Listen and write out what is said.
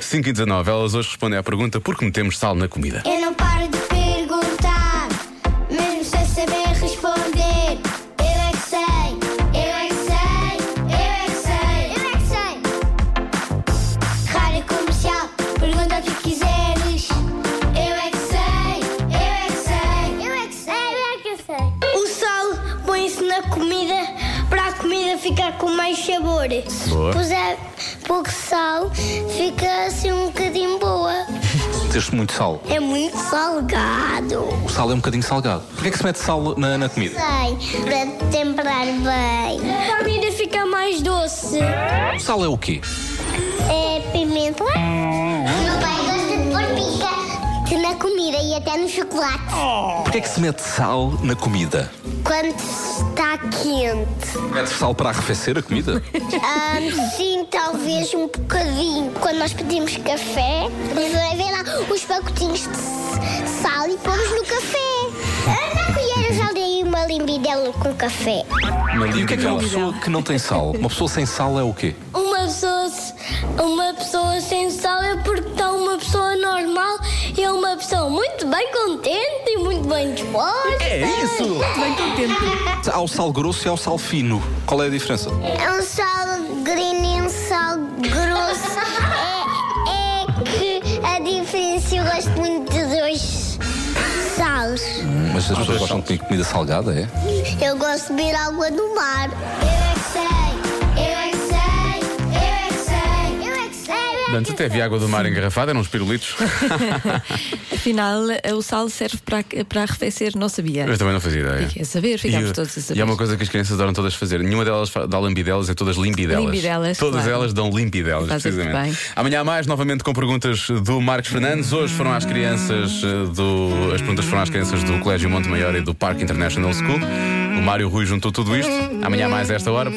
5 e 19, elas hoje respondem à pergunta por que metemos sal na comida. Eu não paro de perguntar, mesmo sem saber responder. Eu é que sei, eu é que sei, eu é que sei, eu é que sei. Rádio comercial, pergunta o que quiseres. Eu é que sei, eu é que sei, eu é que sei, eu é que sei. O sal põe-se na comida para a comida ficar com mais sabor. Boa. Se puser pouco sal, fica assim um bocadinho boa. Meteste muito sal. É muito salgado. O sal é um bocadinho salgado. Porquê é que se mete sal na, na comida? Sei, para temperar bem. A comida fica mais doce. O sal é o quê? É pimenta? Meu pai gosta de pôr pica na comida e até no chocolate. Porquê é que se mete sal na comida? Quando está quente. mete sal para arrefecer a comida? Ahm, Ah, sim, talvez um bocadinho. Quando nós pedimos café, vai ver lá os pacotinhos de s- sal e pomos no café. Eu na colher já dei uma limbidela com café. e o que é que é uma pessoa que não tem sal? Uma pessoa sem sal é o quê? Uma pessoa, uma pessoa sem sal é porque está uma pessoa normal e é uma pessoa muito bem contente e muito bem disposta. É isso! Bem contente. Há o sal grosso e há o sal fino. Qual é a diferença? É um sal green e um sal grosso. é, é que a diferença eu gosto muito de dois sals. Mas as pessoas gostam de comer comida salgada, é? Eu gosto de beber água do mar. Eu é que sei, eu é que sei, eu é que sei, eu é que sei. Antes até havia água do mar engarrafada, eram uns pirulitos. Afinal, eh, o sal serve para, para arrefecer, não sabia. Eu também não fazia ideia. Fiquei a saber, ficámos É. E- todos a saber. E é uma coisa que as crianças adoram todas fazer. Nenhuma delas fa- dá lambidelas, é todas limpidelas. Limbidelas, todas claro. elas dão limpidelas, Fazem muito precisamente. bem. Amanhã há mais, novamente com perguntas do Marcos Fernandes. Hoje foram às crianças eh, do. As perguntas foram às crianças do Colégio Monte Maior e do Parque International School. O Mário Rui juntou tudo isto. Amanhã há mais a esta hora.